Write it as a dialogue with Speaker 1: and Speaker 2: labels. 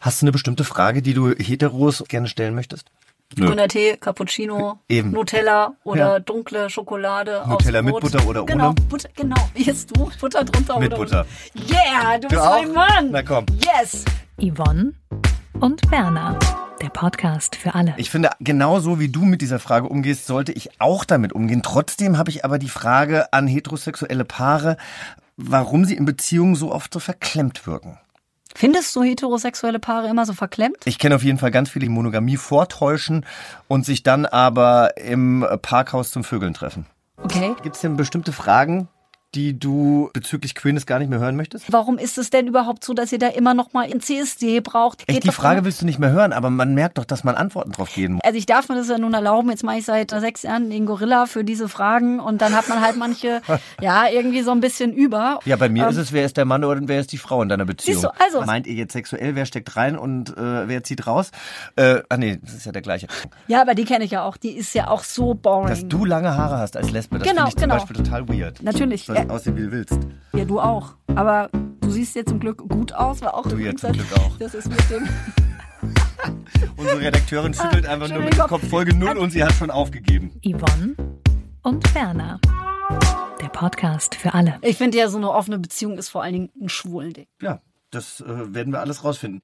Speaker 1: Hast du eine bestimmte Frage, die du Heteros gerne stellen möchtest?
Speaker 2: Grüner Tee, Cappuccino,
Speaker 1: Eben.
Speaker 2: Nutella oder
Speaker 1: Ja.
Speaker 2: dunkle Schokolade.
Speaker 1: Nutella
Speaker 2: aufs
Speaker 1: mit
Speaker 2: Brot.
Speaker 1: Butter oder ohne?
Speaker 2: genau, Butter, genau, wie isst du? Butter drunter
Speaker 1: Mit
Speaker 2: oder
Speaker 1: Butter.
Speaker 2: Ohne? Yeah, du, bist
Speaker 1: auch?
Speaker 2: mein Mann.
Speaker 1: Na komm.
Speaker 2: Yes.
Speaker 3: Yvonne und Berna. Der Podcast für alle.
Speaker 1: Ich finde, genauso wie du mit dieser Frage umgehst, sollte ich auch damit umgehen. Trotzdem habe ich aber die Frage an heterosexuelle Paare, warum sie in Beziehungen so oft so verklemmt wirken.
Speaker 2: Findest du heterosexuelle Paare immer so verklemmt?
Speaker 1: Ich kenne auf jeden Fall ganz viele, die Monogamie vortäuschen und sich dann aber im Parkhaus zum Vögeln treffen.
Speaker 2: Okay.
Speaker 1: Gibt es denn bestimmte Fragen, die du bezüglich Queerness gar nicht mehr hören möchtest?
Speaker 2: Warum ist es denn überhaupt so, dass ihr da immer noch mal ein CSD braucht?
Speaker 1: Echt,
Speaker 2: Geht
Speaker 1: die
Speaker 2: doch
Speaker 1: Frage
Speaker 2: immer-
Speaker 1: willst du nicht mehr hören, aber man merkt doch, dass man Antworten drauf geben muss.
Speaker 2: also ich darf mir das ja nun erlauben, jetzt mache ich seit sechs Jahren den Gorilla für diese Fragen und dann hat man halt manche, ja, irgendwie so ein bisschen über.
Speaker 1: Ja, bei mir
Speaker 2: Ähm,
Speaker 1: ist es, wer ist der Mann oder wer ist die Frau in deiner Beziehung?
Speaker 2: Siehst du, also-
Speaker 1: Meint ihr jetzt sexuell, wer steckt rein und äh, wer zieht raus? Äh, ah nee, das ist ja der gleiche.
Speaker 2: Ja, aber die kenne ich ja auch. Die ist ja auch so boring.
Speaker 1: Dass du lange Haare hast als Lesbe, das
Speaker 2: Genau,
Speaker 1: finde ich
Speaker 2: genau.
Speaker 1: zum Beispiel total weird.
Speaker 2: Natürlich. äh,
Speaker 1: Du sollst aussehen, wie du willst.
Speaker 2: Ja, du auch. Aber du siehst jetzt zum Glück gut aus, war auch
Speaker 1: Du ja zum
Speaker 2: übrigens-
Speaker 1: Glück auch.
Speaker 2: Das ist mit dem.
Speaker 1: Unsere Redakteurin schüttelt
Speaker 2: Ah,
Speaker 1: einfach nur
Speaker 2: schon
Speaker 1: mit dem
Speaker 2: im
Speaker 1: Kopf Folge null und sie hat schon aufgegeben.
Speaker 3: Yvonne und Berna. Der Podcast für alle.
Speaker 2: Ich finde ja, so eine offene Beziehung ist vor allen Dingen ein schwulen Ding.
Speaker 1: Ja, das äh, werden wir alles rausfinden.